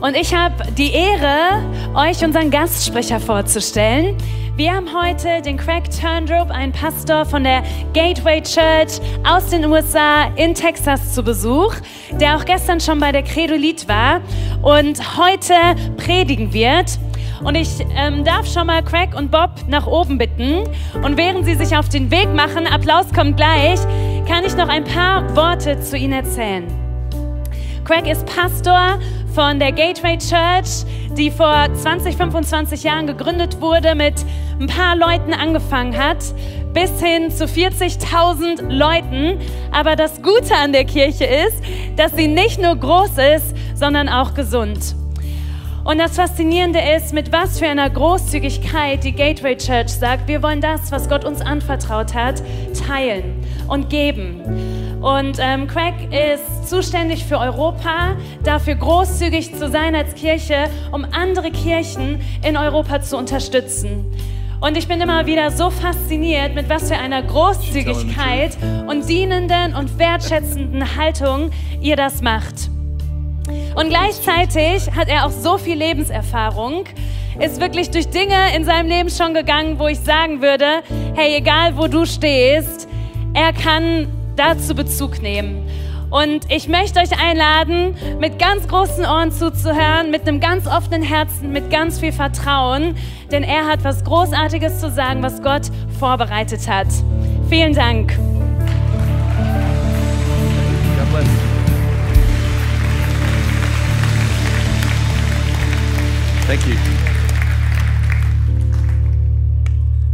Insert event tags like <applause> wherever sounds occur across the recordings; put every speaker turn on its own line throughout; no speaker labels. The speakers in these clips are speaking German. Und ich habe die Ehre, euch unseren Gastsprecher vorzustellen. Wir haben heute den Craig Turndrop, einen Pastor von der Gateway Church aus den USA in Texas zu Besuch, der auch gestern schon bei der Credolit war und heute predigen wird. Und ich ähm, darf schon mal Craig und Bob nach oben bitten. Und während sie sich auf den Weg machen, Applaus kommt gleich, kann ich noch ein paar Worte zu ihnen erzählen. Craig ist Pastor von der Gateway Church, die vor 20, 25 Jahren gegründet wurde, mit ein paar Leuten angefangen hat, bis hin zu 40.000 Leuten. Aber das Gute an der Kirche ist, dass sie nicht nur groß ist, sondern auch gesund. Und das Faszinierende ist, mit was für einer Großzügigkeit die Gateway Church sagt, wir wollen das, was Gott uns anvertraut hat, teilen und geben. Und ähm, Craig ist zuständig für Europa, dafür großzügig zu sein als Kirche, um andere Kirchen in Europa zu unterstützen. Und ich bin immer wieder so fasziniert, mit was für einer Großzügigkeit und dienenden und wertschätzenden Haltung ihr das macht. Und gleichzeitig hat er auch so viel Lebenserfahrung, ist wirklich durch Dinge in seinem Leben schon gegangen, wo ich sagen würde, hey, egal wo du stehst, er kann dazu Bezug nehmen. Und ich möchte euch einladen, mit ganz großen Ohren zuzuhören, mit einem ganz offenen Herzen, mit ganz viel Vertrauen, denn er hat was Großartiges zu sagen, was Gott vorbereitet hat. Vielen Dank.
God bless you. Thank you.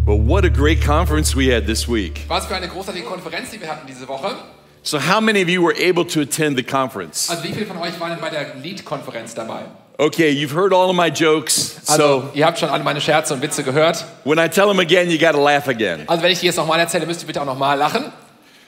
Well, what a great conference we had this week.
Was für eine großartige Konferenz, die wir hatten diese Woche.
So, how many of you were able to attend the conference?
Also wie viele von euch waren denn bei der Lead-Konferenz dabei?
Okay, you've heard all of my jokes. So,
Also ihr habt schon alle meine Scherze und Witze gehört.
when I tell them again, you got to laugh again.
Also wenn ich die jetzt nochmal erzähle, müsst ihr bitte auch nochmal lachen.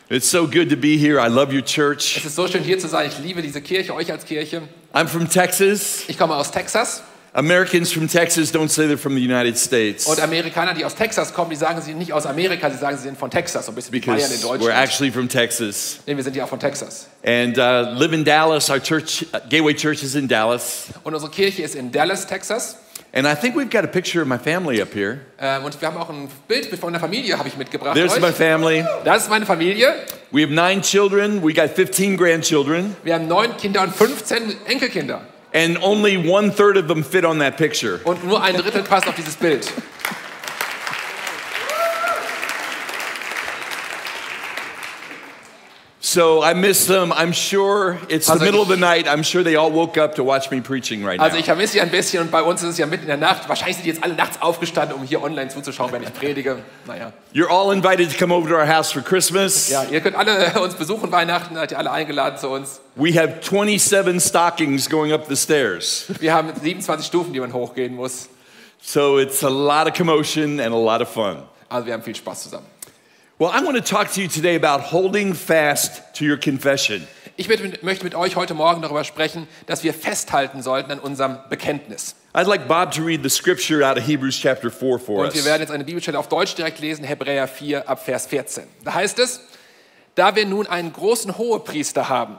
It's so good to be here. I love your
Es
church.
ist so schön hier zu sein. Ich liebe diese Kirche, euch als Kirche.
I'm from Texas.
Ich komme aus Texas
Americans from Texas don't say they're from the United States
und Amerikaner, die aus Texas kommen, die sagen, sie sind nicht aus Amerika, sie sagen, sie sind von Texas. So ein bisschen wie Bayern in
because we're
Deutschland.
actually from Texas.
Nee, wir sind ja auch von Texas.
And uh, live in Dallas. Our church, uh, Gateway Church, is in Dallas.
Und unsere Kirche ist in Dallas, Texas.
And I think we've got a picture of my family up here.
Ähm, Und wir haben auch ein Bild mit- von der Familie, habe ich mitgebracht.
There's my
Euch.
family.
Das ist meine Familie.
We have nine children. We got 15 grandchildren,
Wir haben neun Kinder und 15 Enkelkinder.
and only one third of them fit on that picture.
Und nur ein Drittel passt auf dieses Bild.
So I miss them. I'm sure it's the
Also
middle of
ich-
the night. I'm sure they all woke up to watch me preaching right
Also
now.
ich vermisse sie ein bisschen und bei uns ist es ja mitten in der Nacht. Wahrscheinlich sind die jetzt alle nachts aufgestanden, um hier online zuzuschauen, wenn ich predige. Naja.
You're all invited to come over to our house for Christmas.
Ja, ihr könnt alle äh, uns besuchen Weihnachten, seid ihr alle eingeladen zu uns.
We have 27 stockings going up the stairs.
Wir haben 27 Stufen, die man hochgehen muss.
So it's a lot of commotion and a lot of fun.
Also wir haben viel Spaß zusammen.
Well, I want to talk to you today about holding fast to your confession.
Ich mit, möchte mit euch heute Morgen darüber sprechen, dass wir festhalten sollten an unserem Bekenntnis.
I'd like Bob to read the scripture out of Hebrews chapter 4 for
Und wir
us.
werden jetzt eine Bibelstelle auf Deutsch direkt lesen, Hebräer 4 ab Vers 14. Da heißt es, da wir nun einen großen Hohepriester haben,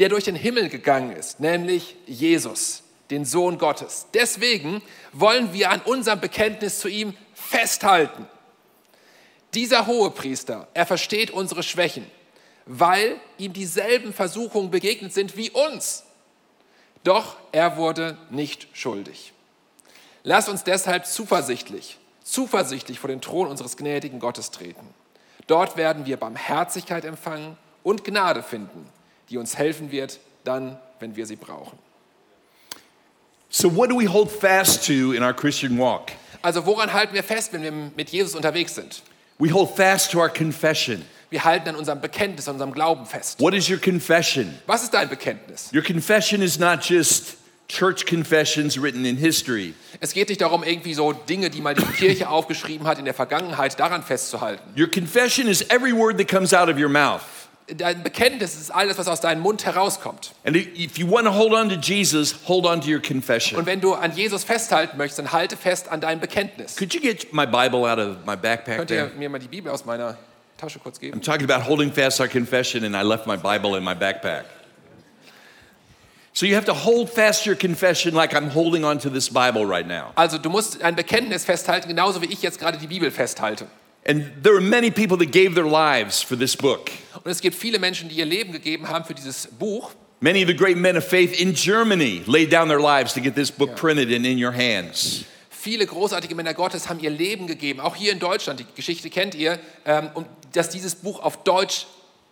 der durch den Himmel gegangen ist, nämlich Jesus, den Sohn Gottes. Deswegen wollen wir an unserem Bekenntnis zu ihm festhalten. Dieser Hohepriester, er versteht unsere Schwächen, weil ihm dieselben Versuchungen begegnet sind wie uns. Doch er wurde nicht schuldig. Lasst uns deshalb zuversichtlich, zuversichtlich vor den Thron unseres gnädigen Gottes treten. Dort werden wir Barmherzigkeit empfangen und Gnade finden, die uns helfen wird, dann, wenn wir sie brauchen.
So, what do we hold fast to in our Christian walk?
Also woran halten wir fest, wenn wir mit Jesus unterwegs sind?
We hold fast to our confession.
Wir halten an unserem Bekenntnis, an unserem Glauben fest.
What is your confession?
Was ist dein Bekenntnis?
Your confession is not just church confessions written in history.
Es geht nicht darum, irgendwie so Dinge, die mal die Kirche aufgeschrieben hat in der Vergangenheit, daran festzuhalten.
Your confession is every word that comes out of your mouth.
Dein Bekenntnis ist alles, was aus deinem Mund herauskommt.
And if you want to hold on to Jesus, hold on to your confession.
Und wenn du an Jesus festhalten möchtest, dann halte fest an deinem Bekenntnis.
Could you get my Bible out of my backpack
Könnt ihr
there?
mir mal die Bibel aus meiner Tasche kurz geben?
I'm talking about holding fast our confession, and I left my Bible in my backpack. So you have to hold fast your confession like I'm holding on to this Bible right now.
Also du musst ein Bekenntnis festhalten, genauso wie ich jetzt gerade die Bibel festhalte.
And there are many people that gave their lives for this book.
Und es gibt viele Menschen, die ihr Leben gegeben haben für dieses Buch.
Many of the great men of faith in Germany laid down their lives to get this book printed and in your hands.
Viele großartige Männer Gottes haben ihr Leben gegeben, auch hier in Deutschland. Die Geschichte kennt ihr, ähm, um, dass dieses Buch auf Deutsch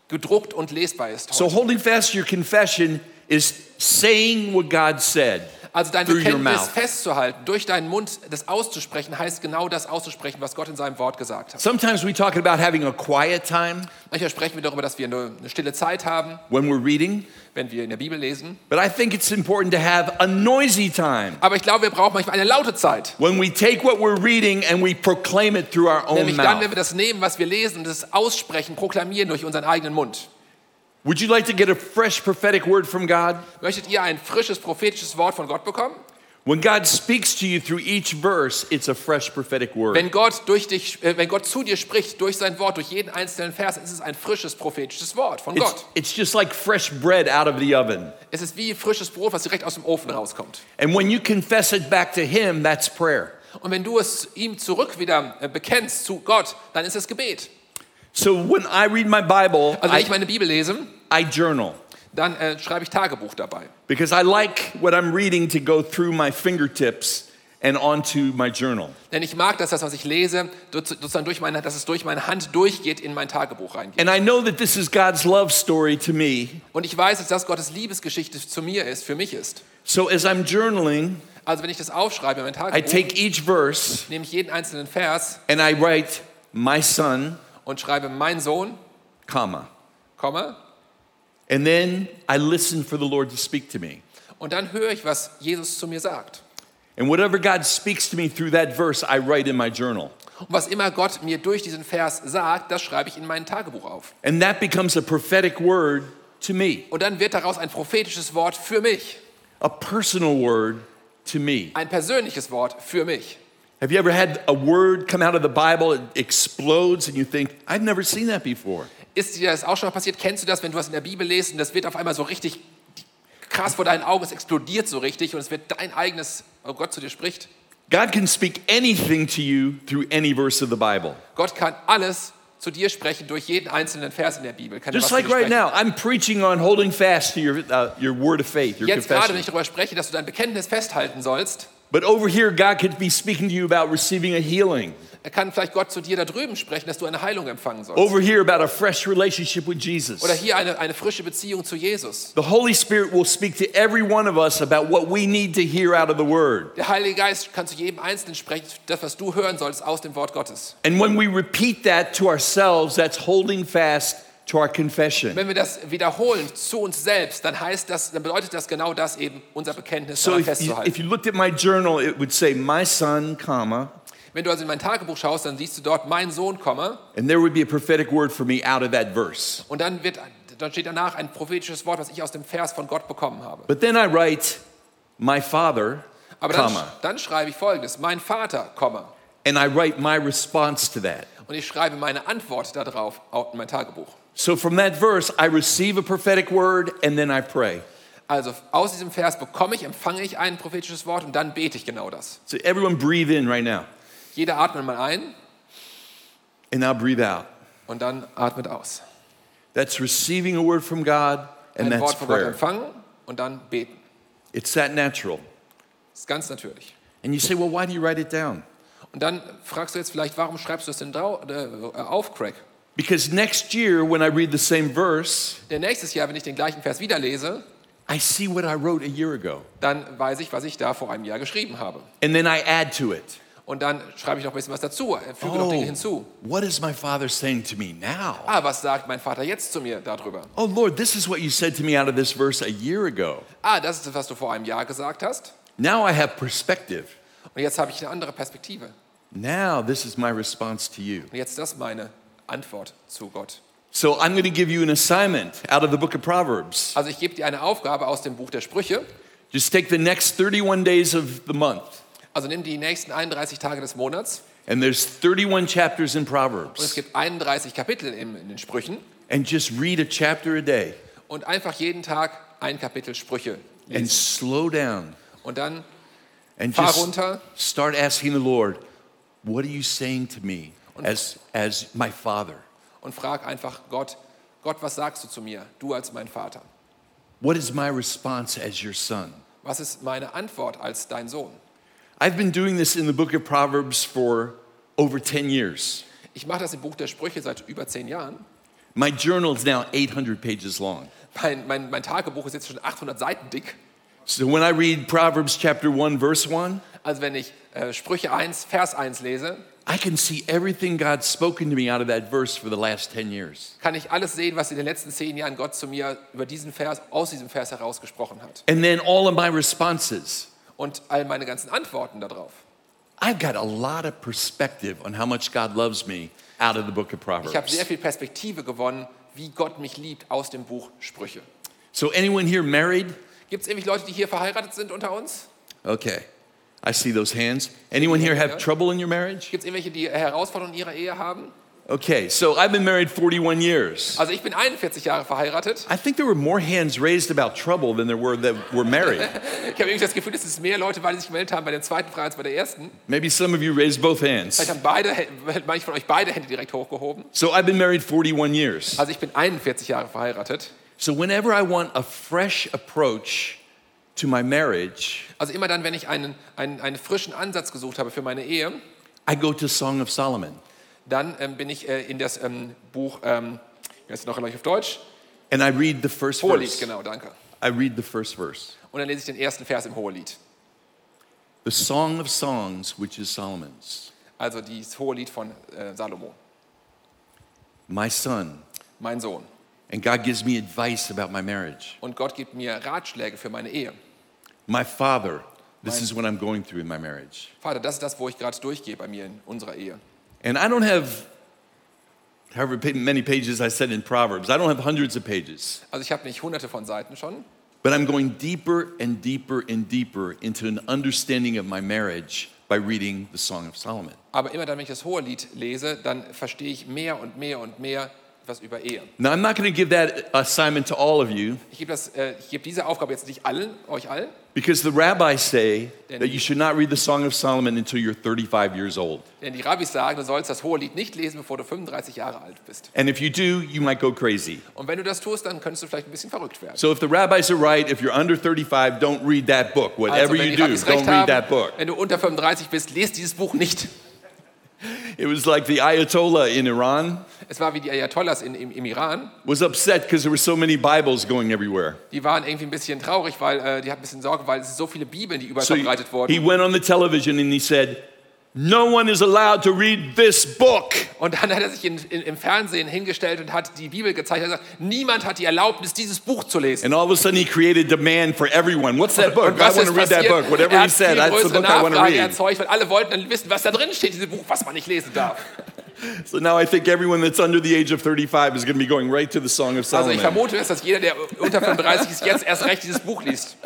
gedruckt und lesbar ist.
So
Heute.
holding fast to your confession is saying what God said
Also dein
through your
Bekenntnis
mouth.
festzuhalten, durch deinen Mund das auszusprechen, heißt genau das auszusprechen, was Gott in seinem Wort gesagt hat.
Sometimes we talk about having a quiet time
Manchmal sprechen wir darüber, dass wir eine eine stille Zeit haben,
when we're reading,
wenn wir in der Bibel lesen.
but I think it's important to have a noisy time
Aber ich glaube, wir brauchen manchmal eine laute Zeit.
when we take what we're reading and we proclaim it through our own
Nämlich dann, wenn wir
mouth.
das nehmen, was wir lesen und es aussprechen, proklamieren durch unseren eigenen Mund.
Would you like to get a fresh prophetic word from God?
Möchtet ihr ein frisches prophetisches Wort von Gott bekommen?
When God speaks to you through each verse, it's a fresh prophetic word.
Wenn Gott, durch dich, äh, wenn Gott zu dir spricht, durch sein Wort, durch jeden einzelnen Vers, ist es ein frisches prophetisches Wort von
It's,
Gott.
it's just like fresh bread out of the oven.
Es ist wie frisches Brot, was direkt aus dem Ofen rauskommt.
And when you confess it back to Him, that's prayer.
Und wenn du es ihm zurück wieder äh, bekennst zu Gott, dann ist es Gebet.
So when I read my Bible,
Also wenn ich
I,
meine Bibel lese,
I journal
dann äh, schreibe ich Tagebuch dabei.
because I like what I'm reading to go through my fingertips and onto my journal.
Denn ich mag, dass das, was ich lese, sozu- sozusagen durch meine, dass es durch meine Hand durchgeht, in mein Tagebuch reingeht.
And I know that this is God's love story to me.
Und ich weiß, dass das Gottes Liebesgeschichte zu mir ist, für mich ist.
So as I'm journaling,
Also wenn ich das aufschreibe in mein
I
Tagebuch,
take each verse
nehme ich jeden einzelnen Vers
and I write my son,
und schreibe mein Sohn,
comma.
Komma,
And then I listen for the Lord to speak to me.
und dann höre ich, was Jesus zu mir sagt.
And whatever God speaks to me through that verse, I write in my journal.
Und was immer Gott mir durch diesen Vers sagt, das schreibe ich in mein Tagebuch auf.
And that becomes a prophetic word to me,
Und dann wird daraus ein prophetisches Wort für mich,
a personal word to me.
ein persönliches Wort für mich.
Have you ever had a word come out of the Bible, it explodes, and you think, I've never seen that before?
Ist dir das auch schon mal passiert? Kennst du das, wenn du was in der Bibel lest und das wird auf einmal so richtig krass vor deinen Augen, es explodiert so richtig und es wird dein eigenes, oh Gott zu dir spricht.
God can speak anything to you through any verse of the Bible.
Gott kann alles zu dir sprechen durch jeden einzelnen Vers in der Bibel. Kann er
Just
was zu
like
dir
right
sprechen.
now, I'm preaching on holding fast to your, uh, your word of faith, your
Jetzt gerade,
confession.
wenn ich darüber spreche, dass du dein Bekenntnis festhalten sollst,
But over here, God could be speaking to you about receiving a healing.
kann vielleicht Gott zu dir da drüben sprechen, dass du eine Heilung empfangen sollst.
Over here, about a fresh relationship with
Oder
Jesus.
hier eine, eine frische Beziehung zu Jesus.
The Holy Spirit will speak to every one of us about what we need to hear out of the Word.
Der Heilige Geist kann zu jedem Einzelnen sprechen, das, was du hören sollst aus dem Wort Gottes.
And when we repeat that to ourselves, that's holding fast to our confession.
Wenn wir das wiederholen zu uns selbst, dann heißt das, dann bedeutet das genau das eben, unser Bekenntnis
So
daran
if you,
festzuhalten.
if you looked at my journal, it would say, My son, comma,
Wenn du also in mein Tagebuch schaust, dann siehst du dort mein Sohn, komme,
and there would be a prophetic word for me out of that verse.
und dann wird dann steht danach ein prophetisches Wort, was ich aus dem Vers von Gott bekommen habe.
But then I write, My father,
Aber dann,
comma,
dann schreibe ich folgendes: Mein Vater, komme,
and I write my response to that.
und ich schreibe meine Antwort darauf auf mein Tagebuch.
So from that verse, I receive a prophetic word and then I pray.
Also aus diesem Vers bekomme ich, empfange ich ein prophetisches Wort und dann bete ich genau das.
So everyone breathe in right now,
Jeder atmet mal ein
and now breathe out.
und dann atmet aus.
That's receiving a word from God, and
Ein
that's
Wort von Gott
prayer.
empfangen und dann beten.
It's that natural.
Das ist ganz natürlich.
And you say, well, why do you write it down?
Und dann fragst du jetzt vielleicht, warum schreibst du es denn drau- äh, auf, Craig?
Because next year, when I read the same verse,
Denn nächstes Jahr, wenn ich den gleichen Vers wieder lese,
I see what I wrote a year ago.
dann weiß ich, was ich da vor einem Jahr geschrieben habe.
And then I add to it.
Und dann schreibe ich noch ein bisschen was dazu, äh, füge noch
Oh.
Dinge hinzu.
what is my father saying to me now?
Ah, was sagt mein Vater jetzt zu mir darüber?
Oh, Lord, this is what you said to me out of this verse a year ago.
Ah, das ist das, was du vor einem Jahr gesagt hast.
Now I have perspective.
Und jetzt habe ich eine andere Perspektive.
Now this is my response to you.
Und jetzt ist das meine Antwort zu Gott.
So I'm going to give you an assignment out of the book of Proverbs.
Also ich gebe dir eine Aufgabe aus dem Buch der Sprüche.
Just take the next 31 days of the month,
Also nimm die nächsten 31 Tage des Monats.
and there's 31 chapters in
Und es
Proverbs,
gibt 31 Kapitel im- in den Sprüchen.
and just read a chapter a day.
Und einfach jeden Tag ein Kapitel Sprüche
and slow down
Und dann
and
Fahr
just
runter.
start asking the Lord, what are you saying to me as, as my father?
und frag einfach Gott, Gott, was sagst du zu mir, du als mein Vater?
What is my response as your son?
Was ist meine Antwort als dein Sohn?
I've been doing this in the book of Proverbs for over 10 years.
Ich mache das im Buch der Sprüche seit über zehn Jahren.
My journal is now 800 pages long.
Mein, mein, mein Tagebuch ist jetzt schon 800 Seiten dick.
So when I read Proverbs chapter 1 verse 1,
Also wenn ich äh, Sprüche 1, Vers 1 lese,
I can see everything God's spoken to me out of that verse for the last 10 years.
kann ich alles sehen, was in den letzten zehn Jahren Gott zu mir über diesen Vers, aus diesem Vers heraus gesprochen hat.
And then all of my responses.
Und all meine ganzen Antworten darauf.
I've got a lot of perspective on how much God loves me out of the book of
Ich habe sehr
Proverbs.
viel Perspektive gewonnen, wie Gott mich liebt, aus dem Buch Sprüche.
So anyone here married?
Gibt es irgendwie Leute, die hier verheiratet sind unter uns?
Okay. I see those hands. Anyone here have trouble in your marriage?
Gibt es irgendwelche, die Herausforderungen in ihrer Ehe haben?
Okay. So I've been married 41 years.
Also ich bin 41 Jahre verheiratet.
I think there were more hands raised about trouble than there were that were married.
Ich habe irgendwie das Gefühl, dass es mehr Leute waren, die sich gemeldet haben bei der zweiten Frage als bei der ersten.
Maybe some of you raised both hands.
Vielleicht haben beide, manche von euch beide Hände direkt hochgehoben.
So I've been married 41 years.
Also ich bin 41 Jahre verheiratet.
So whenever I want a fresh approach to my marriage,
Also immer dann, wenn ich einen, einen, einen frischen Ansatz gesucht habe für meine Ehe,
I go to Song of Solomon
dann ähm, bin ich äh, in das ähm, Buch, ähm, jetzt noch gleich auf Deutsch,
and I read the first
Hohelied,
verse.
genau, danke.
I read the first verse.
Und dann lese ich den ersten Vers im Hohelied.
The Song of Songs, which is Solomon's.
Also dieses Hohelied von äh, Salomo,
My son.
mein Sohn.
And God gives me advice about my marriage.
Und Gott gibt mir Ratschläge für meine Ehe.
My father. This is what I'm going through in my marriage.
Vater, das ist das, wo ich gerade durchgehe bei mir in unserer Ehe.
And I don't have however pa- many pages I said in Proverbs. I don't have hundreds of pages.
Also ich habe nicht hunderte von Seiten schon,
But I'm going deeper and deeper and deeper into an understanding of my marriage by reading the Song of Solomon.
aber immer dann, wenn ich das Hohelied lese, dann verstehe ich mehr und mehr und mehr was über Ehe.
Now, I'm not going to give that assignment to all of you
Ich gebe das, äh, ich gebe diese Aufgabe jetzt nicht allen, euch allen,
because the rabbis say
Denn-
that you should not read the Song of Solomon until you're 35 years old.
denn die Rabbis sagen, du sollst das Hohelied nicht lesen, bevor du 35 Jahre alt bist.
And if you do, you might go crazy.
Und wenn du das tust, dann könntest du vielleicht ein bisschen verrückt werden.
So if the rabbis are right, if you're under 35, don't read that book. Whatever
Also, wenn
you
die
do,
Rabbis recht
don't read that book.
wenn du unter 35 bist, lest dieses Buch nicht.
It was like the Ayatollah in Iran
Es war wie die Ayatollahs in, im, im Iran.
was upset because there were so many Bibles going everywhere.
Die waren irgendwie ein bisschen traurig, weil äh, die hatten ein bisschen Sorge, weil es so viele Bibeln, die überall
So he,
verbreitet wurden.
he went on the television and he said, No one is allowed to read this book.
Und dann hat er sich in, in, im Fernsehen hingestellt und hat die Bibel gezeigt und gesagt, niemand hat die Erlaubnis, dieses Buch zu lesen.
And all of a sudden he created demand for everyone. What's
<laughs>
that book?
Und
I
was
want
ist
to read that
passiert?
book. Whatever
er
he
hat
said,
viel
that's the
größere
book I want to
Nachfrage
read.
erzeugt, weil alle wollten dann wissen, was da drin steht, dieses Buch, was man nicht lesen darf.
Oh, So now I think everyone that's under the age of 35 is going to be going right to the Song of
Also
Solomon.
ich vermute es, dass jeder, der unter 35 ist, jetzt erst recht dieses Buch liest.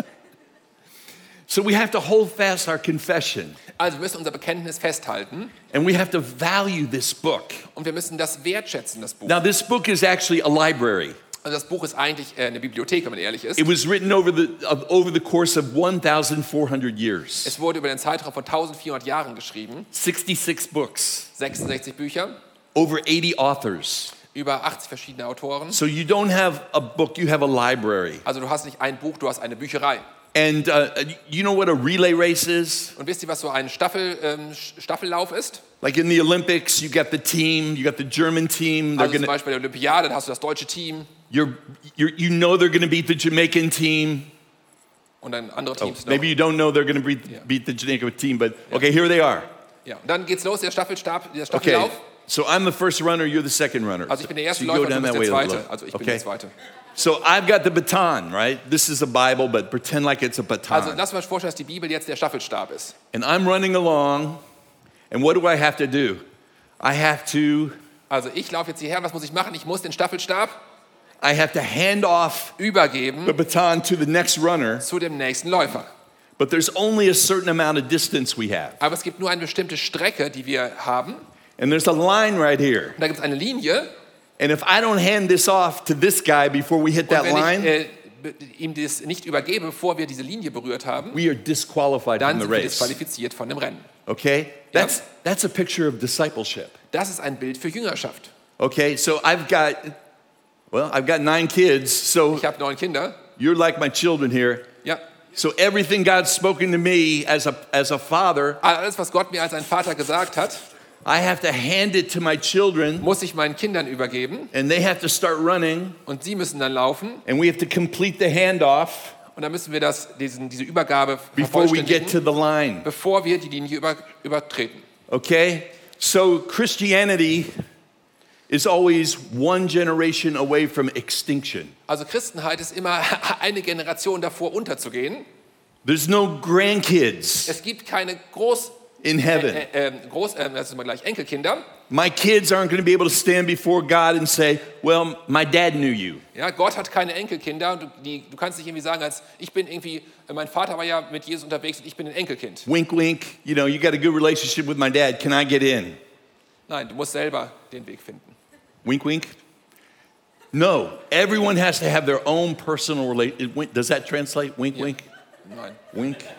so we have to hold fast our confession
Also wir müssen unser Bekenntnis festhalten
and we have to value this book.
und wir müssen das wertschätzen, das Buch.
Now, this book is actually a library.
Also das Buch ist eigentlich äh, eine Bibliothek, wenn man ehrlich ist.
It was written over the, of, over the course of 1,400 years,
Es wurde über den Zeitraum von 1400 Jahren geschrieben,
66 books,
66 Bücher,
over 80 authors.
über 80 verschiedene Autoren.
So you don't have a book, you have a library.
Also du hast nicht ein Buch, du hast eine Bücherei.
And uh, you know what a relay race is?
Und wisst ihr, was so ein Staffel, ähm, Sch- Staffellauf ist?
Like in the Olympics, you got the team, you got the German team. They're
Also zum
gonna,
Beispiel bei der Olympiade, dann hast du das deutsche Team
you're, you're, you know they're going to beat the Jamaican team.
und dann andere Teams noch.
Oh, Maybe you don't know they're going to beat, beat the Jamaican team, but okay, here they are.
Ja. Und dann geht's los, der Staffelstab, der
Okay.
Staffellauf.
So I'm the first runner, you're the second runner.
Also ich bin der erste
so you
Läufer,
go down
du bist
that
der
way a little.
Zweite. Also ich bin der
okay.
Zweite.
So I've got the baton, right? This is a Bible, but pretend like it's a
Also
baton.
lass mal vorstellen, dass die Bibel jetzt der Staffelstab ist.
and I'm running along, and what do I have to do? I have to
Also ich laufe jetzt hierher, was muss ich machen? Ich muss den Staffelstab
I have to hand off the
übergeben
baton to the next runner,
zu dem nächsten Läufer.
but there's only a certain amount of distance we have.
Aber es gibt nur eine bestimmte Strecke, die wir haben. Und
And there's a line right here.
da gibt es eine Linie.
And if I don't hand this off to this guy before we hit that
Wenn ich
line,
äh, ihm das nicht übergebe, bevor wir diese Linie berührt haben,
we are disqualified from
dann
the
sind wir
race.
disqualifiziert von dem Rennen.
Okay? That's, that's a picture of discipleship.
Das ist ein Bild für Jüngerschaft.
Okay, so I've got, well, I've got nine kids, so
Ich habe neun Kinder.
you're like my children here.
Ja.
So everything God's spoken to me as a, as a father,
Alles, was Gott mir als ein Vater gesagt hat,
I have to hand it to my children,
muss ich meinen Kindern übergeben
and they have to start running,
und sie müssen dann laufen
and we have to complete the handoff
und dann müssen wir das, diesen, diese Übergabe
before we get to
vervollständigen,
the line.
bevor wir die Linie über, übertreten.
Okay? So Christianity is always one generation away from extinction.
Also Christenheit ist immer <laughs> eine Generation davor unterzugehen.
There's no grandkids
Es gibt keine Groß,
in
äh,
heaven.
äh, Groß äh, das ist immer gleich Enkelkinder.
My kids aren't going to be able to stand before God and say, Well, my dad knew you.
Ja, Gott hat keine Enkelkinder. Du, die, du kannst nicht irgendwie sagen, als ich bin irgendwie, äh, mein Vater war ja mit Jesus unterwegs und ich bin ein Enkelkind.
Wink, wink, you know, you got a good relationship with my dad. Can I get in?
Nein, du musst selber den Weg finden.
Wink, wink. No, everyone has to have their own personal relationship. Does that translate? Wink, wink,
Nein.
wink. <laughs>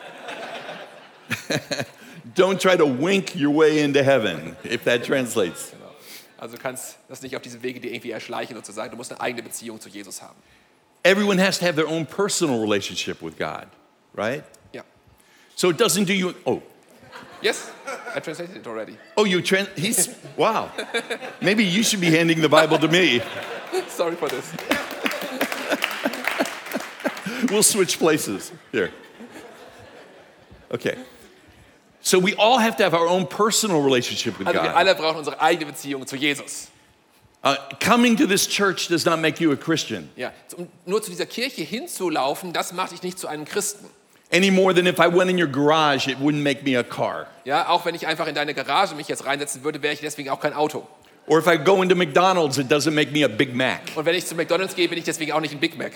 Don't try to wink your way into heaven, if that translates.
Genau. Also du kannst das nicht auf diese Wege dir irgendwie erschleichen sozusagen. Du musst eine eigene Beziehung zu Jesus haben.
Everyone has to have their own personal relationship with God, right?
Ja.
So it doesn't do you. Oh,
Yes, I translated it already.
oh, you. Trans- he's. Wow. Maybe you should be handing the Bible to me. <laughs>
Sorry for this.
We'll switch places here. Okay. So we all have to have our own personal relationship with
Also wir
God.
alle brauchen unsere eigene Beziehung zu Jesus.
Uh, coming to this church does not make you a Christian
Ja. Um nur zu dieser Kirche hinzulaufen, das macht dich nicht zu einem Christen.
any more than if I went in your garage, it wouldn't make me a car.
Ja, auch wenn ich einfach in deine Garage mich jetzt reinsetzen würde, wäre ich deswegen auch kein Auto.
Or if I go into McDonald's, it doesn't make me a Big Mac.
Und wenn ich zu McDonald's gehe, bin ich deswegen auch nicht ein Big Mac.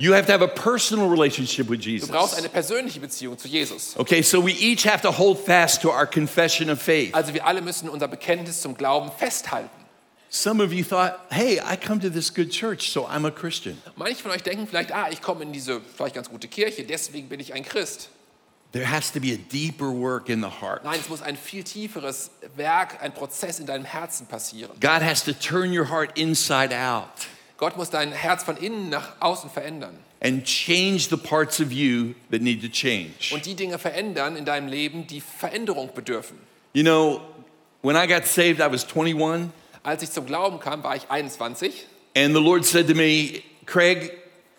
You have to have a personal relationship with
Du brauchst eine
Jesus.
persönliche Beziehung zu Jesus.
Okay, so we each have to hold fast to our confession of faith.
Also wir alle müssen unser Bekenntnis zum Glauben festhalten.
Some of you thought, hey, I come to this good church, so I'm a Christian.
Manche von euch denken vielleicht, ah, ich komme in diese vielleicht ganz gute Kirche, deswegen bin ich ein Christ.
There has to be a deeper work in the heart.
Nein, es muss ein viel tieferes Werk, ein Prozess in deinem Herzen passieren.
God has to turn your heart inside out
Gott muss dein Herz von innen nach außen verändern
and change the parts of you that need to change.
und die Dinge verändern in deinem Leben, die Veränderung bedürfen.
You know, when I got saved, I was 21,
Als ich zum Glauben kam, war ich 21
and the Lord said to me, Craig,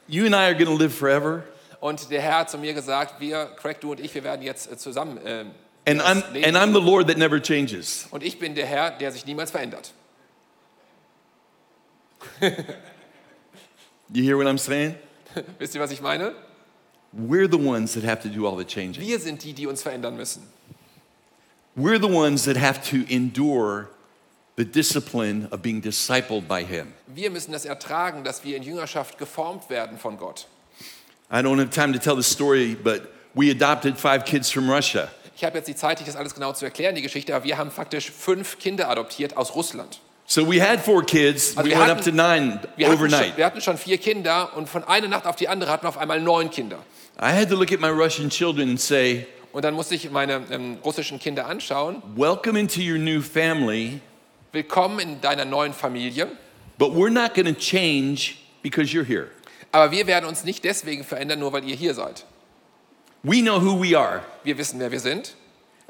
you and I are going to live forever.
und der Herr hat zu mir gesagt, wir, Craig, du und ich, wir werden jetzt äh, zusammen ähm,
And I'm,
das
and I'm
leben.
the Lord that never changes.
Und ich bin der Herr, der sich niemals verändert.
You hear what I'm saying?
Wisst ihr, was ich meine?
We're the ones that have to do all the changing.
Wir sind die, die uns verändern müssen.
We're the ones that have to endure the discipline of being discipled by Him.
Wir müssen das ertragen, dass wir in Jüngerschaft geformt werden von Gott.
I don't have time to tell the story, but we adopted five kids from Russia.
Ich habe jetzt die Zeit, nicht das alles genau zu erklären, die Geschichte, aber wir haben faktisch fünf Kinder adoptiert aus Russland.
So we had four kids.
Also
we
wir
went
hatten-
up to nine
Wir hatten, schon,
overnight.
wir hatten schon vier Kinder und von einer Nacht auf die andere hatten wir auf einmal neun Kinder.
I had to look at my Russian children and say,
Und dann musste ich meine ähm, russischen Kinder anschauen.
Welcome into your new family,
Willkommen in deiner neuen Familie.
but we're not going to change because you're here.
Aber wir werden uns nicht deswegen verändern, nur weil ihr hier seid.
We know who we are,
Wir wissen, wer wir sind.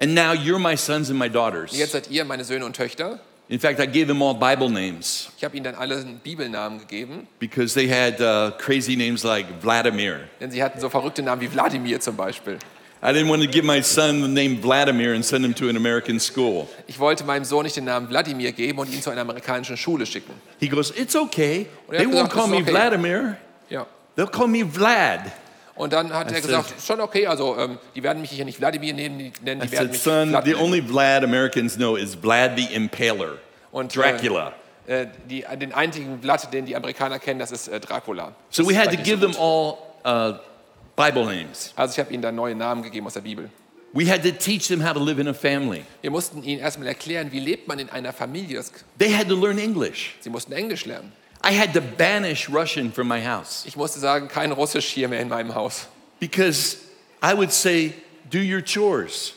and now you're my sons and my
Jetzt
daughters.
seid ihr meine Söhne und Töchter.
In fact, I gave them all Bible names
Ich habe ihnen dann alle einen Bibelnamen gegeben,
because they had uh, crazy names like Vladimir.
denn sie hatten so verrückte Namen wie Wladimir zum Beispiel.
I didn't want to give my son the name Vladimir and send him to an American school.
Ich wollte meinem Sohn nicht den Namen Wladimir geben und ihn zu einer amerikanischen Schule schicken.
He goes, It's okay.
Und er
They
hat
won't
gesagt,
call
"It's
me
okay."
Vladimir,
Ja.
they'll call me Vlad.
Und dann hat er
said-
gesagt, schon okay, also ähm, die werden mich hier nicht Wladimir nehmen, die nennen,
I
die
said,
werden mich
son,
Vlad
the
nennen."
only Vlad Americans know is Vlad the Impaler,
Und,
Dracula.
Äh, die, den einzigen Vlad, den die Amerikaner kennen, das ist äh, Dracula.
So we had
vielleicht
to
nicht
give
so
them all uh, Bible names.
Also ich habe ihnen da neue Namen gegeben aus der Bibel.
We had to teach them how to live in a family.
Wir mussten ihnen erstmal erklären, wie lebt man in einer Familie. Das-
They had to learn English.
Sie mussten Englisch lernen.
I had to banish Russian from my house
Ich musste sagen, kein Russisch hier mehr in meinem Haus.
because I would say, Do your chores.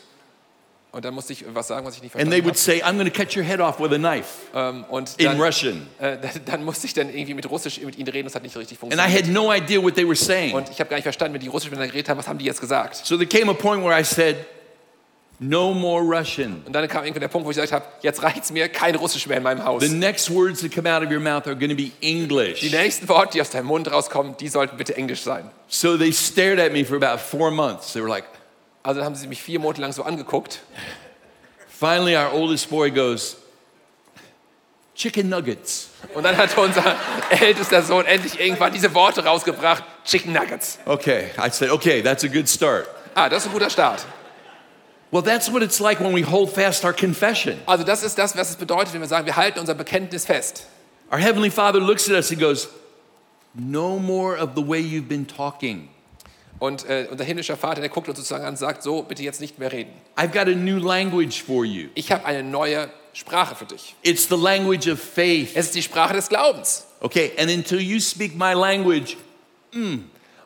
Und dann musste ich was sagen, was ich nicht
And they
verstanden
would say, I'm going to cut your head off with a knife
habe. Ähm, und
in
dann,
Russian.
äh, dann- dann musste ich dann irgendwie mit Russisch mit ihnen reden, das hat nicht richtig
And I
funktioniert.
had no idea what they were saying.
Und ich habe gar nicht verstanden, wenn die Russisch miteinander geredet haben, was haben die jetzt gesagt?
So there came a point where I said, No more Russian.
Und dann kam irgendwann der Punkt, wo ich gesagt habe, jetzt reicht's mir, kein Russisch mehr in meinem Haus.
The next words that come out of your mouth are going to be
Die
English.
nächsten Worte, die aus deinem Mund rauskommen, die sollten bitte Englisch sein.
So they stared at me for about four months. They were like,
Also dann haben sie mich vier Monate lang so angeguckt.
Finally, our oldest boy goes, Chicken nuggets.
Und dann hat unser <laughs> ältester Sohn endlich irgendwann diese Worte rausgebracht. Chicken Nuggets.
Okay. I said, Okay, that's a good start.
Ah, das ist ein guter Start.
Well, that's what it's like when we hold fast our confession.
Also das ist das, was es bedeutet, wenn wir sagen, wir halten unser Bekenntnis fest.
Our Heavenly Father looks at us and goes, No more of the way you've been talking.
Und äh, unser himmlischer Vater, der guckt uns sozusagen an und sagt, so bitte jetzt nicht mehr reden.
I've got a new language for you.
Ich habe eine neue Sprache für dich.
It's the language of faith.
Es ist die Sprache des Glaubens.
Okay, and until you speak my language,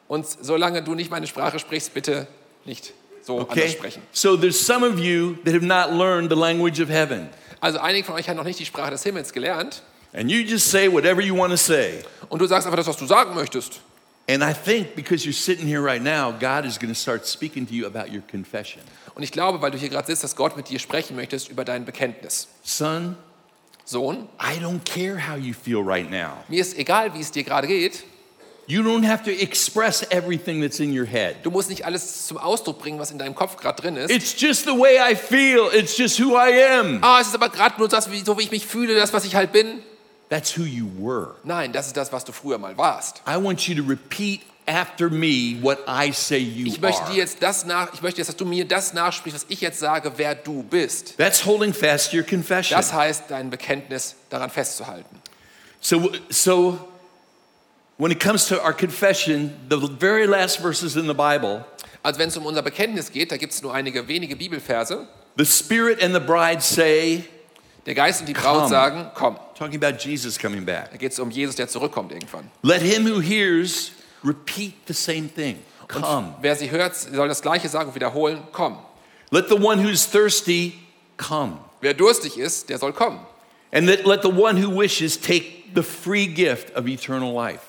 Und solange du nicht meine Sprache sprichst, bitte nicht so anders
okay?
sprechen.
So there's some of you that have not learned the language of heaven.
Also einige von euch haben noch nicht die Sprache des Himmels gelernt.
And you just say whatever you want to say.
Und du sagst einfach das, was du sagen möchtest.
And I think because you're sitting here right now, God is going to start speaking to you about your confession.
Und ich glaube, weil du hier gerade sitzt, dass Gott mit dir sprechen möchtest über dein Bekenntnis.
Son,
Sohn,
I don't care how you feel right now.
mir ist egal, wie es dir gerade geht.
You don't have to express everything that's in your head.
Du musst nicht alles zum Ausdruck bringen, was in deinem Kopf gerade drin ist.
It's just the way I feel. It's just who I am.
Ah, es ist aber gerade nur das, wie, so wie ich mich fühle, das, was ich halt bin.
That's who you were.
Nein, das ist das, was du früher mal warst.
I want you to repeat after me what I say you
Ich möchte
are.
dir jetzt das nach, ich möchte jetzt, dass du mir das nachsprichst, was ich jetzt sage, wer du bist.
That's holding fast to your confession.
Das heißt, dein Bekenntnis daran festzuhalten.
So, so when it comes to our confession, the very last verses in the Bible,
Also wenn es um unser Bekenntnis geht, da gibt es nur einige wenige Bibelverse.
the Spirit and the bride say,
Der Geist und die Braut
Komm.
sagen, komm.
talking about Jesus coming back.
Da geht es um Jesus, der zurückkommt irgendwann.
Let him who hears repeat the same thing. Come.
Wer sie hört, soll das Gleiche sagen und wiederholen, komm.
Let the one who's thirsty come.
Wer durstig ist, der soll kommen.
And that let the one who wishes take the free gift of eternal life.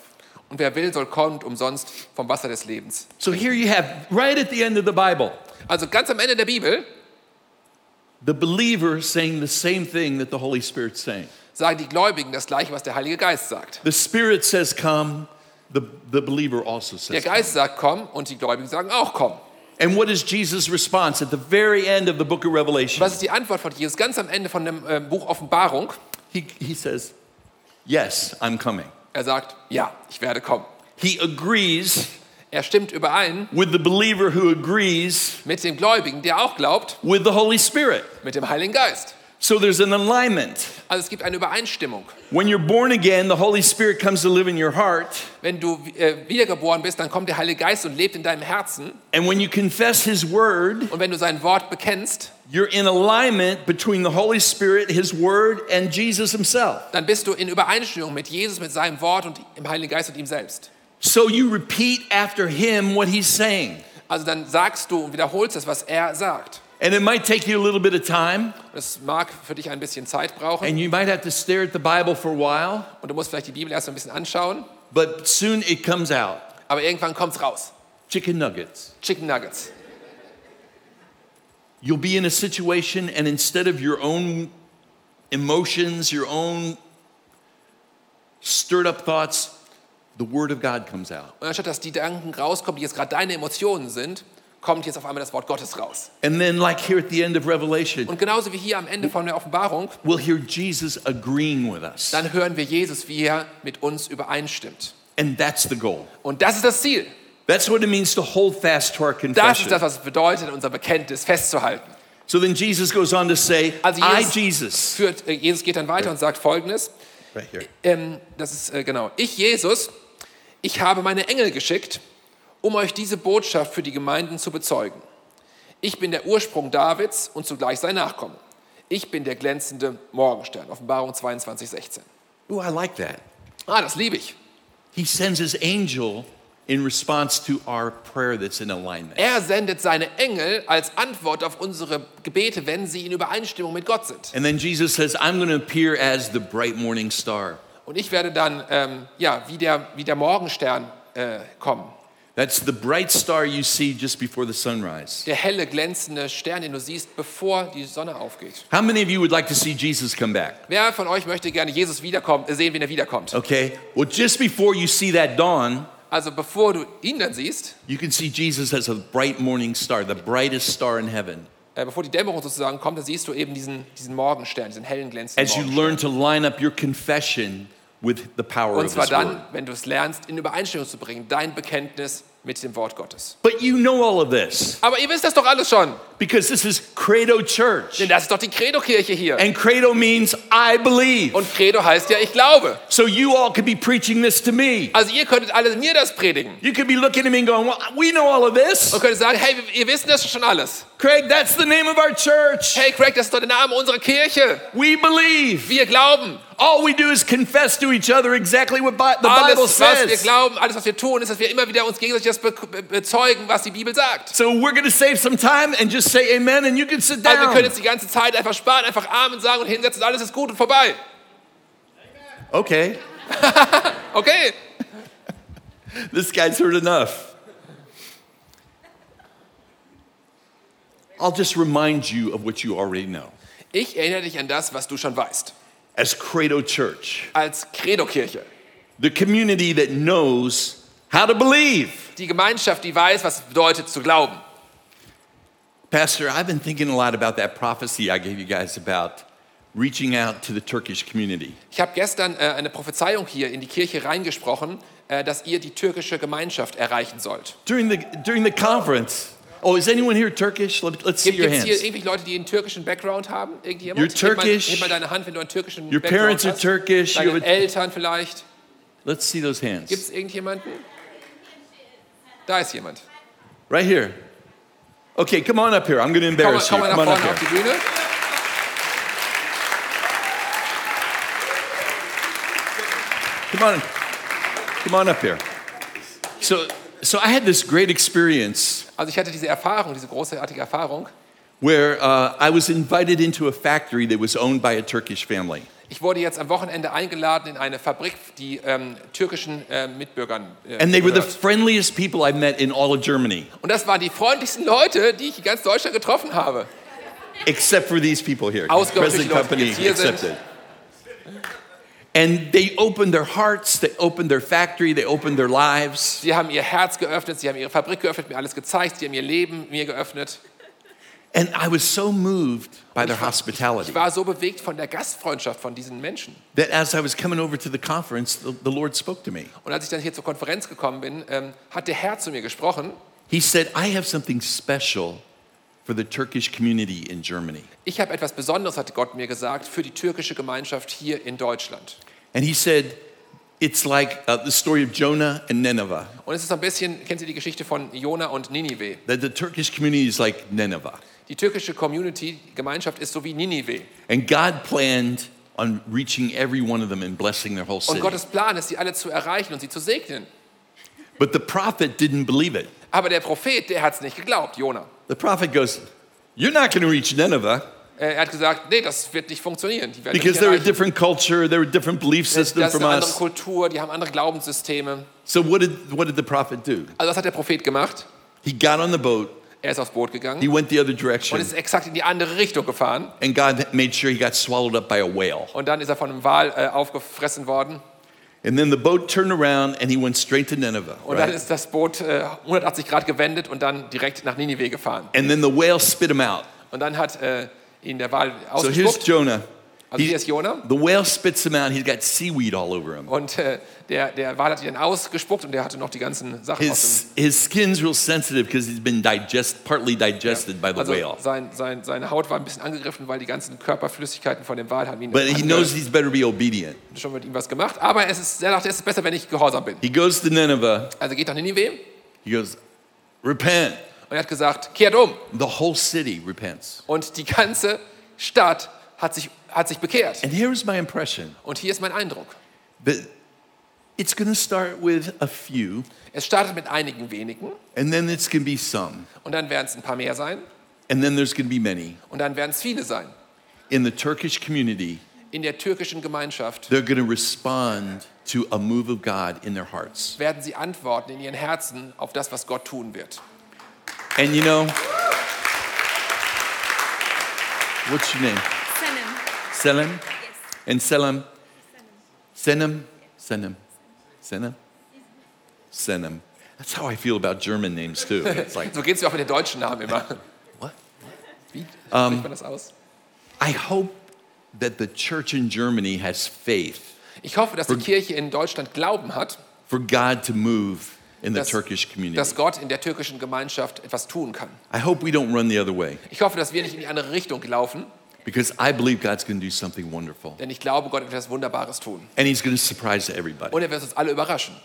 Und wer will, soll kommt umsonst vom Wasser des Lebens.
So here you have, right at the end of the Bible,
Also ganz am Ende der Bibel
the believer saying the same thing that the Holy Spirit's saying.
sagen die Gläubigen das Gleiche, was der Heilige Geist sagt.
The Spirit says, Come, the, the believer also
Der
says, come.
Geist sagt komm und die Gläubigen sagen auch komm.
And what is Jesus' response at the very end of the book of Revelation?
Was ist die Antwort von Jesus ganz am Ende von dem äh, Buch Offenbarung?
He, he says, Yes, I'm coming.
Er sagt, ja, ich werde kommen.
He agrees
Er stimmt überein
with the believer who agrees
mit dem Gläubigen, der auch glaubt,
with the Holy Spirit.
mit dem Heiligen Geist.
So there's an alignment.
Also es gibt eine Übereinstimmung.
When you're born again, the Holy Spirit comes to live in your heart.
Wenn du äh, wiedergeboren bist, dann kommt der Heilige Geist und lebt in deinem Herzen.
And when you confess His Word,
Und wenn du sein Wort bekennst,
you're in alignment between the Holy Spirit, His Word, and Jesus Himself.
dann bist du in Übereinstimmung mit Jesus, mit seinem Wort und im Heiligen Geist und ihm selbst.
So you repeat after Him what He's saying.
Also dann sagst du und wiederholst das, was er sagt.
And it might take you a little bit of time,
Und es mag für dich ein bisschen Zeit brauchen
and you might have to stare at the Bible for a while,
und du musst vielleicht die Bibel erst ein bisschen anschauen,
but soon it comes out.
aber irgendwann kommt's raus.
Chicken nuggets.
Chicken Nuggets.
You'll be in a situation, and instead of your own emotions, your own stirred up thoughts, the Word of God comes out.
Und anstatt dass die Gedanken rauskommen, die jetzt gerade deine Emotionen sind, kommt jetzt auf einmal das Wort Gottes raus.
And then, like here at the end of Revelation,
Und genauso wie hier am Ende von der Offenbarung,
we'll hear Jesus agreeing with us.
dann hören wir Jesus, wie er mit uns übereinstimmt.
And that's the goal.
Und das ist das Ziel.
That's what it means to hold fast to our
Das ist
confession.
das, was es bedeutet, unser Bekenntnis festzuhalten.
So then Jesus goes on to say,
Also
I,
Jesus-
Jesus.
Führt, äh, Jesus geht dann weiter und sagt folgendes.
Right here.
Ähm, das ist äh, genau. Ich, Jesus, ich habe meine Engel geschickt, um euch diese Botschaft für die Gemeinden zu bezeugen. Ich bin der Ursprung Davids und zugleich sein Nachkomme. Ich bin der glänzende Morgenstern. Offenbarung 22, 16.
Ooh, I like that.
Ah, das liebe ich.
He sends his angel in response to our prayer that's in alignment.
Er sendet seine Engel als Antwort auf unsere Gebete, wenn sie in Übereinstimmung mit Gott sind.
And then Jesus says, I'm going to appear as the bright morning star.
Und ich werde dann ähm, ja, wie, der, wie der Morgenstern äh, kommen.
That's the bright star you see just before the sunrise.
Der helle, glänzende Stern, den du siehst, bevor die Sonne aufgeht.
How many of you would like to see Jesus come back?
Wer von euch möchte gerne Jesus wiederkommen, äh, sehen, wenn er wiederkommt?
Okay, well, just before you see that dawn,
Also bevor du ihn dann siehst,
you can see Jesus as a bright morning star, the brightest star in heaven.
äh, bevor die Dämmerung sozusagen kommt, dann siehst du eben diesen, diesen Morgenstern, diesen hellen, glänzenden
As you
Morgenstern.
learn to line up your confession with the power
Und
of
zwar
His Word.
dann, wenn du es lernst, in Übereinstimmung zu bringen, dein Bekenntnis mit dem Wort Gottes.
But you know all of this
Aber ihr wisst das doch alles schon,
because this is Credo Church.
denn das ist doch die Credo-Kirche hier.
And Credo means I believe.
Und Credo heißt ja, ich glaube.
So you all could be preaching this to me.
Also ihr könntet alle mir das predigen.
You could be looking at me and going, well, we know all of this.
Und könntet sagen, hey, wir- ihr wisst das schon alles.
Craig, that's the name of our church.
Hey Craig, das ist doch der Name unserer Kirche.
We believe.
Wir glauben.
All we do is confess to each other exactly what Bi- the Bible
Alles, was wir
says.
glauben, alles, was wir tun, ist, dass wir immer wieder uns gegenseitig das be be- bezeugen, was die Bibel sagt.
So we're going to save some time and just say amen and you can sit
Also wir können
down.
jetzt die ganze Zeit einfach sparen, einfach Amen sagen und hinsetzen, alles ist gut und vorbei.
Okay,
Okay?
this guy's heard enough. I'll just remind you of what you already know.
Ich erinnere dich an das, was du schon weißt.
As Credo Church,
Als Credo-Kirche.
the community that knows how to believe.
Die Gemeinschaft, die weiß, was es bedeutet zu glauben.
Pastor, I've been thinking a lot about that prophecy I gave you guys about reaching out to the Turkish community.
Ich habe gestern äh, eine Prophezeiung hier in die Kirche reingesprochen, äh, dass ihr die türkische Gemeinschaft erreichen sollt.
During the, during the conference, oh, is anyone here Turkish? Let, us see
Gibt
your
es hier
hands.
irgendwelche Leute, die einen türkischen Background haben? Irgendjemand?
You're
Heb mal,
Turkish.
heb mal deine Hand, wenn du einen türkischen
Your
Background
parents are
hast.
Turkish. You
Deine
have a-
Eltern vielleicht.
Let's see those hands.
Gibt es irgendjemanden? Da ist jemand.
Right here. Okay, come on up here. I'm going to
Komm mal,
embarrass
komm mal
you.
nach
Come on
vorne
up
auf die
here.
Bühne.
Come on. Come on up here. So, so I had this great experience
Also ich hatte diese Erfahrung, diese großartige Erfahrung.
where uh, I was invited into a factory that was owned by a Turkish family.
Ich wurde jetzt am Wochenende eingeladen in eine Fabrik, die ähm, türkischen äh, Mitbürgern äh,
And they were the
gehört.
friendliest people I met in all of Germany,
Und das waren die freundlichsten Leute, die ich in ganz Deutschland getroffen habe.
except for these people here.
Ausgenommen
Present
die Leute, die
company
jetzt hier sind.
accepted. And they opened their hearts, they opened their factory, they opened their lives.
Sie haben ihr Herz geöffnet, sie haben ihre Fabrik geöffnet, mir alles gezeigt, sie haben ihr Leben mir geöffnet.
And I was so moved by their
Ich
hospitality.
war so bewegt von der Gastfreundschaft von diesen Menschen.
that as I was coming over to the conference, the, the Lord spoke to me.
Und als ich dann hier zur Konferenz gekommen bin, ähm, hat der Herr zu mir gesprochen.
He said, I have something special for the Turkish community in Germany.
Ich habe etwas Besonderes, hat Gott mir gesagt, für die türkische Gemeinschaft hier in Deutschland.
And he said, it's like uh, the story of Jonah and Nineveh,
Und es ist so ein bisschen, kennt ihr die Geschichte von Jona und Ninive?
that the Turkish community is like Nineveh.
Die türkische Community, die Gemeinschaft ist so wie Ninive.
And God planned on reaching every one of them and blessing their whole
Und
city.
Gottes Plan ist, sie alle zu erreichen und sie zu segnen.
But the prophet didn't believe it.
Aber der Prophet, der hat es nicht geglaubt, Jona.
The prophet goes, You're not going to reach Nineveh
Äh, Er hat gesagt, nee, das wird nicht funktionieren. Die werden nicht
because they're a
erreichen.
different culture, they're a different belief system
Das ist
from
eine andere
us.
Kultur, die haben andere Glaubenssysteme.
So, what did, what did the prophet do?
Also was hat der Prophet gemacht?
He got on the boat
Er ist aufs Boot
He
gegangen
went the other
und
direction,
ist exakt in die andere Richtung gefahren.
and God made sure he got swallowed up by a whale.
Und dann ist er von einem Wal äh, aufgefressen worden.
And then the boat turned around, and he went straight to Nineveh.
Und
right?
dann ist das Boot äh, 180 Grad gewendet und dann direkt nach Ninive gefahren.
And then the whale spit him out.
Und dann hat äh, ihn der Wal
Oh, So here's
ausgespuckt.
Jonah.
also
He-
hier ist Jona.
the whale spits him out. He's got seaweed all over him.
Und äh, der, der Wal hat ihn dann ausgespuckt und der hatte noch die ganzen Sachen
<laughs>
aus
His, his skin's real sensitive because he's been digest, partly digested by
dem...
the
Also
whale.
sein, sein, seine Haut war ein bisschen angegriffen, weil die ganzen Körperflüssigkeiten von dem Wal haben ihn
But he
ange-
knows he's better be obedient.
schon mit ihm was gemacht. Aber es ist, er dachte, es ist besser, wenn ich gehorsam bin.
He goes to Nineveh.
Also geht nach Ninive
He goes, Repent.
und er hat gesagt, kehrt um.
The whole city repents.
Und die ganze Stadt hat sich, hat sich bekehrt.
And here's my impression
Und hier ist mein Eindruck.
that It's going to start with a few,
Es startet mit einigen wenigen
and then it's going to be some,
und dann werden es ein paar mehr sein
and then there's going to be many.
und dann werden es viele sein.
In the Turkish community,
In der türkischen Gemeinschaft
they're going to respond to a move of God in their hearts.
werden sie antworten in ihren Herzen auf das, was Gott tun wird.
And you know, what's your name? Selim? And Selim? Senem? Senem? Senem? Senem. That's how I feel about German names too. It's like,
So geht es mir auch mit den deutschen Namen immer.
what? Ähm,
Wie spricht man das aus?
I hope that the church in Germany has faith
Ich hoffe, dass die Kirche in Deutschland Glauben hat,
for God to move in the
Dass-
Turkish community.
dass Gott in der türkischen Gemeinschaft etwas tun kann.
I hope we don't run the other way
Ich hoffe, dass wir nicht in die andere Richtung laufen,
because I believe God's going to do something wonderful.
denn ich glaube, Gott wird etwas Wunderbares tun.
And He's going to surprise everybody.
Und er wird uns alle überraschen.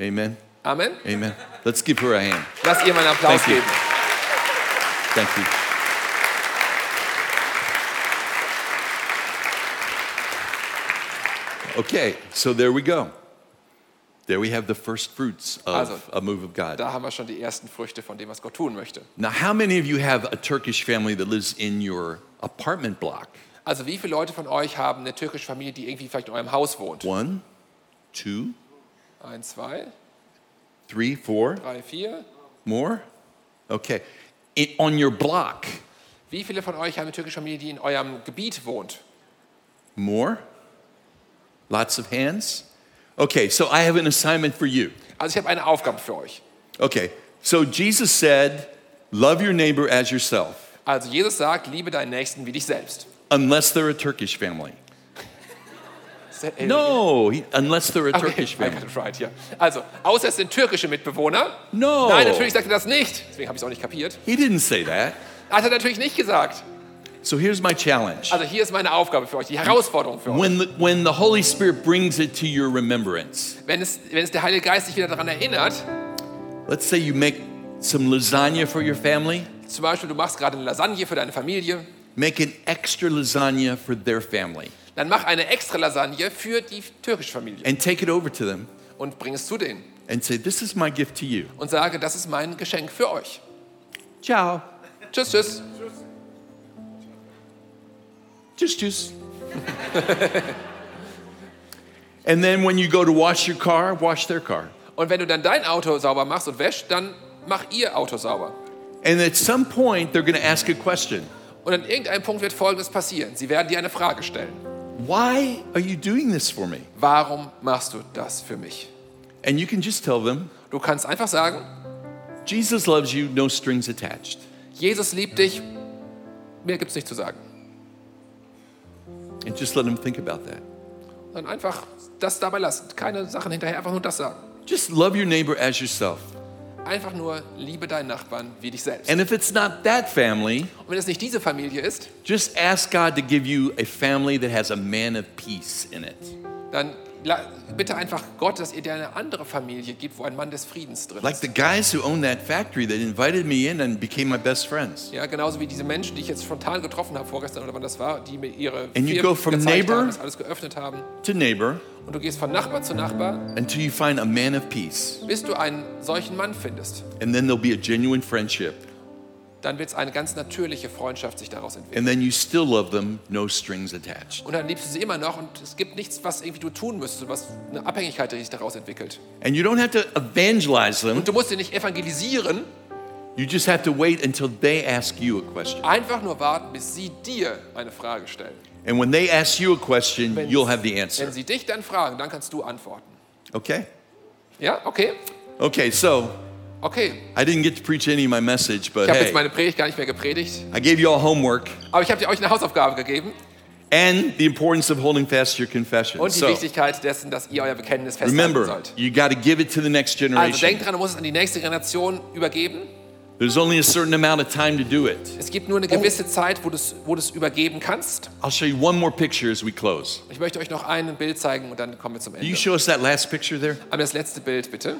Amen.
Amen.
Amen. Let's give her a hand.
Lass ihr mal einen Applaus
Thank you.
geben.
Thank you. Okay, so there we go. There we have the first fruits of
Also,
a move of God.
Da haben wir schon die ersten Früchte von dem, was Gott tun möchte.
Now, how many of you have a Turkish family that lives in your apartment block?
Also wie viele Leute von euch haben eine türkische Familie, die irgendwie vielleicht in eurem Haus wohnt?
One, two,
Eins, zwei,
three, four,
drei, vier.
more? Okay. It, on your block,
Wie viele von euch haben eine türkische Familie, die in eurem Gebiet wohnt?
more? Lots of hands? Okay, so I have an assignment for you.
Also ich habe eine Aufgabe für euch.
Okay, so Jesus said, Love your neighbor as yourself,
Also Jesus sagt, liebe deinen Nächsten wie dich selbst.
unless they're a Turkish family.
Se- äh,
No, he- unless they're a
okay,
Turkish
I
family.
got it right, ja. Also, außer es sind türkische Mitbewohner.
No.
Nein, natürlich sagt er das nicht. Deswegen habe ich es auch nicht kapiert. Also
He didn't say that.
Hat er natürlich nicht gesagt.
So here's my challenge.
Also hier ist meine Aufgabe für euch, die Herausforderung für euch.
When the, when the Holy Spirit brings it to your remembrance,
Wenn es, wenn es der Heilige Geist dich wieder daran erinnert,
let's say you make some lasagna for your family,
zum Beispiel du machst gerade eine Lasagne für deine Familie,
make an extra lasagna for their family
dann mach eine extra Lasagne für die türkische Familie
and take it over to them
und bring es zu denen
and say, This is my gift to you.
und sage, das ist mein Geschenk für euch.
Ciao.
Tschüss, tschüss.
Just, just. and then when you go to wash your car, wash their car.
Und wenn du dann dein Auto sauber machst und wäschst, dann mach ihr Auto sauber.
And at some point, they're going to ask a question
Und an irgendeinem Punkt wird Folgendes passieren. Sie werden dir eine Frage stellen.
Why are you doing this for me?
Warum machst du das für mich?
And you can just tell them
Du kannst einfach sagen,
Jesus loves you, no strings attached.
Jesus liebt dich, mehr gibt's nicht zu sagen.
And just let them think about that.
Dann einfach das dabei lassen. Keine Sachen hinterher, einfach nur das sagen.
Just love your neighbor as yourself.
Einfach nur liebe deinen Nachbarn wie dich selbst.
And if it's not that family,
Und wenn es nicht diese Familie ist,
just ask God to give you a family that has a man of peace in it.
dann la- bitte einfach Gott, dass ihr dir eine andere Familie gibt, wo ein Mann des Friedens drin
Like
ist.
the guys who owned that factory that invited me in and became my best friends.
Ja, genauso wie diese Menschen, die ich jetzt spontan getroffen habe vorgestern oder wann das war, die mir ihre
you
Firmen
go from
gezeigt
neighbor-
haben, das alles geöffnet haben.
To neighbor
Und du gehst von Nachbar zu Nachbar,
until you find a man of peace.
bis du einen solchen Mann findest.
And then there'll be a genuine friendship.
Dann wird es eine ganz natürliche Freundschaft sich daraus entwickeln.
And then you still love them, no strings attached.
Und dann liebst du sie immer noch und es gibt nichts, was irgendwie du tun müsstest, was eine Abhängigkeit die sich daraus entwickelt.
And you don't have to evangelize them.
Und du musst sie nicht evangelisieren,
You just have to wait until they ask you a question.
einfach nur warten, bis sie dir eine Frage stellen.
And when they ask you a question,
Wenn-
you'll have the
Wenn
answer.
sie dich dann fragen, dann kannst du antworten.
Okay?
Ja, okay?
Okay, so
Okay.
I didn't get to preach any of my message, but
Ich habe jetzt
hey,
meine Predigt gar nicht mehr gepredigt,
I gave you all homework
aber ich habe dir euch eine Hausaufgabe gegeben
and the importance of holding fast to your confession.
und die
So
Wichtigkeit dessen, dass ihr euer Bekenntnis festhalten
remember,
sollt.
you got to give it to the next
Also denkt
generation.
dran, du musst es an die nächste Generation übergeben.
There's only a certain amount of time to do it.
Es gibt nur
Oh.
eine gewisse Zeit, wo du es wo du es übergeben kannst.
I'll show you one more picture as we close.
Ich möchte euch noch ein Bild zeigen und dann kommen wir zum
Can you
Ende.
show us that last picture there?
Aber das letzte Bild bitte.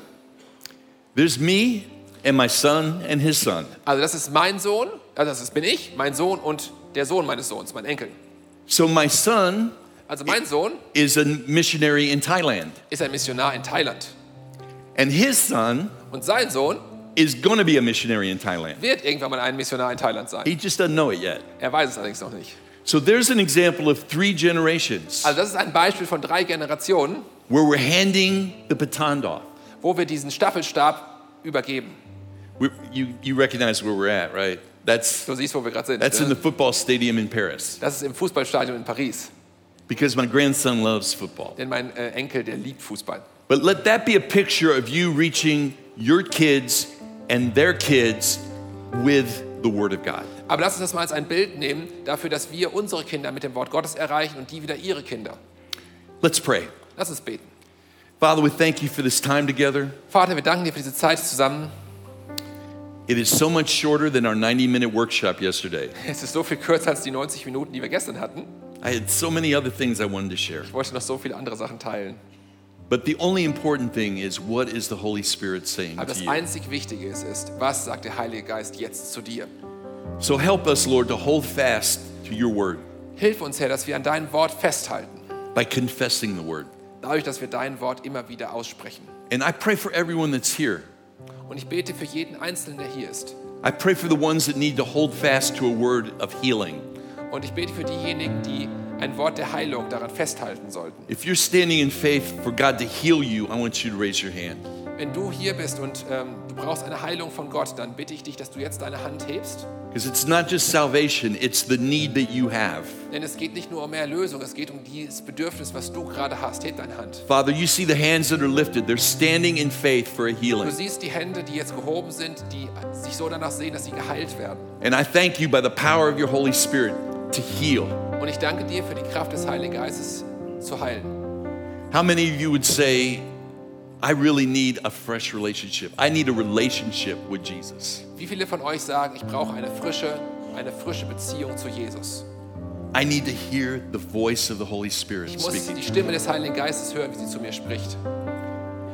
There's me and my son and his son.
Also das ist mein Sohn, also das ist, bin ich, mein Sohn und der Sohn meines Sohns, mein Enkel.
So my son
Also mein Sohn
is a missionary in Thailand,
ist ein Missionar in Thailand.
and his son
Und sein Sohn
is going to be a missionary in Thailand.
wird irgendwann mal ein Missionar in Thailand sein.
He just doesn't know it yet.
Er weiß es allerdings noch nicht.
So there's an example of three generations
Also das ist ein Beispiel von drei Generationen,
where we're handing the baton off.
wo wir diesen Staffelstab übergeben.
We, you, you recognize where we're at, right? That's,
Du siehst, wo wir gerade sind.
that's in the
Ne?
football stadium in Paris
Das ist im Fußballstadion in Paris.
because my grandson loves football.
Denn mein äh, Enkel, der liebt Fußball.
But let that be a picture of you reaching your kids and their kids with the Word of God.
Aber lass uns das mal als ein Bild nehmen dafür, dass wir unsere Kinder mit dem Wort Gottes erreichen und die wieder ihre Kinder.
Let's pray.
Lass uns beten.
Father, we thank you for this time together.
Vater, wir danken dir für diese Zeit zusammen.
It is so much shorter than our 90 minute workshop yesterday.
Es ist so viel kürzer als die 90 Minuten, die wir gestern hatten.
I had so many other things I wanted to share.
Ich wollte noch so viele andere Sachen teilen.
But the only important thing is what is the Holy Spirit saying
Aber
to
das
you?
einzig Wichtige ist, ist, was sagt der Heilige Geist jetzt zu dir?
So help us, Lord, to hold fast to your word
Hilf uns, Herr, dass wir an deinem Wort festhalten,
by confessing the word.
dadurch, dass wir dein Wort immer wieder aussprechen.
And I pray for everyone that's here.
Und ich bete für jeden Einzelnen, der hier ist.
I pray for the ones that need to hold fast to a word of healing.
Und ich bete für diejenigen, die ein Wort der Heilung daran festhalten sollten.
If you're standing in faith for God to heal you, I want you to raise your hand.
Wenn du hier bist und ähm, du brauchst eine Heilung von Gott, dann bitte ich dich, dass du jetzt deine Hand hebst.
Because it's not just salvation, it's the need that you have.
Denn es geht nicht nur um Erlösung, es geht um dieses Bedürfnis, was du gerade hast. Heb deine Hand.
Father, you see the hands that are lifted. They're standing in faith for a
Du
healing.
siehst die Hände, die jetzt gehoben sind, die sich so danach sehen, dass sie geheilt werden.
And I thank you by the power of your Holy Spirit to heal.
Und ich danke dir für die Kraft des Heiligen Geistes zu heilen.
How many of you would say, I really need a fresh relationship? I need a relationship with Jesus.
Wie viele von euch sagen, ich brauche eine frische, eine frische Beziehung zu Jesus?
I need to hear the voice of the Holy Spirit
Ich muss die
speaking.
Stimme des Heiligen Geistes hören, wie sie zu mir spricht.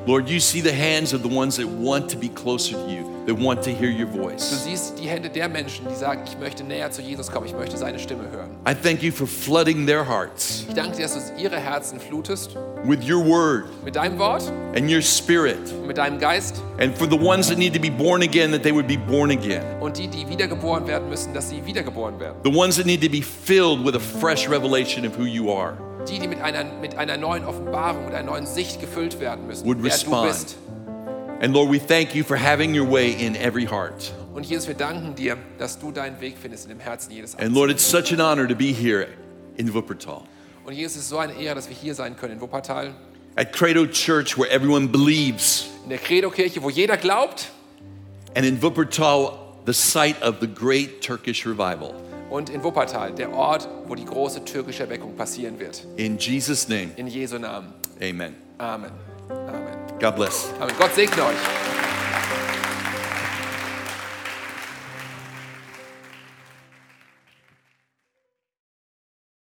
Lord, you see the hands of the ones that want to be closer to you, that want to hear your
Du
voice.
siehst die Hände der Menschen, die sagen, ich möchte näher zu Jesus kommen, ich möchte seine Stimme hören.
I thank you for flooding their hearts
Ich danke dir, dass du ihre Herzen flutest
with your word
mit deinem Wort
and your spirit.
und mit deinem Geist
And for the ones that need to be born again, that they would be born again.
und die, die wiedergeboren werden müssen, dass sie wiedergeboren werden.
The ones that need to be filled with a fresh revelation of who you are.
Die, die mit einer, mit einer neuen Offenbarung, mit einer neuen Sicht gefüllt werden müssen,
Would
wer
respond.
du bist.
And Lord, we thank you for having your way in every heart.
Und Jesus, wir danken dir, dass du deinen Weg findest in dem Herzen jedes
And
Einzelnen.
Lord, it's such an honor to be here in Wuppertal
Und Jesus, es ist so eine Ehre, dass wir hier sein können in Wuppertal,
at Credo Church, where everyone believes,
in der Credo-Kirche, wo jeder glaubt
and in Wuppertal, the site of the great Turkish revival.
und in Wuppertal, der Ort, wo die große türkische Erweckung passieren wird.
In Jesus' name,
In Jesu Namen.
amen.
Amen. Amen.
God bless.
Amen. Gott segne euch.